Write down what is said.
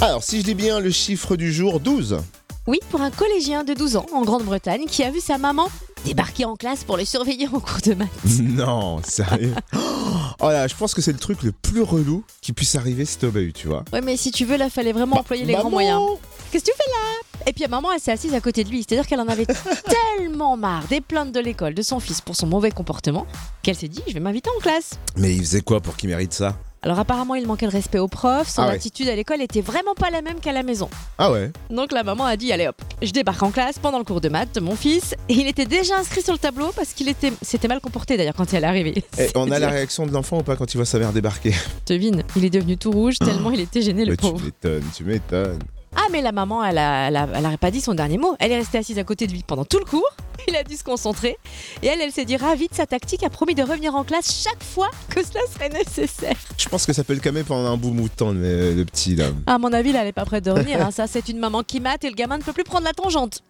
Alors, si je dis bien le chiffre du jour, 12. Oui, pour un collégien de 12 ans en Grande-Bretagne qui a vu sa maman débarquer en classe pour le surveiller en cours de maths. Non, sérieux Oh là, je pense que c'est le truc le plus relou qui puisse arriver si t'as eu, tu vois. Ouais, mais si tu veux, là, fallait vraiment Bah, employer les maman grands moyens. Qu'est-ce que tu fais là Et puis à maman, elle s'est assise à côté de lui. C'est-à-dire qu'elle en avait tellement marre des plaintes de l'école, de son fils pour son mauvais comportement, qu'elle s'est dit je vais m'inviter en classe. Mais il faisait quoi pour qu'il mérite ça Alors apparemment, il manquait de respect aux profs, son Ah ouais. attitude à l'école était vraiment pas la même qu'à la maison. Ah ouais Donc la maman a dit allez hop, je débarque en classe pendant le cours de maths de mon fils. Et il était déjà inscrit sur le tableau parce qu'il était, s'était mal comporté d'ailleurs quand elle est arrivée. Et On a la réaction de l'enfant ou pas quand il voit sa mère débarquer Devine, il est devenu tout rouge tellement il était gêné le Ah, Mais Tu pauvre. m'étonnes, tu m'étonnes. Ah mais la maman, elle a, elle a- elle a pas dit son dernier mot. Elle est restée assise à côté de lui pendant tout le cours. Il a dû se concentrer. Et elle, elle s'est dit ravie de sa tactique, a promis de revenir en classe chaque fois que cela serait nécessaire. Je pense que ça peut le calmer pendant un bout de temps, le, le petit là. Ah, À mon avis, elle n'est pas prête de revenir. hein. Ça, c'est une maman qui mate et le gamin ne peut plus prendre la tangente.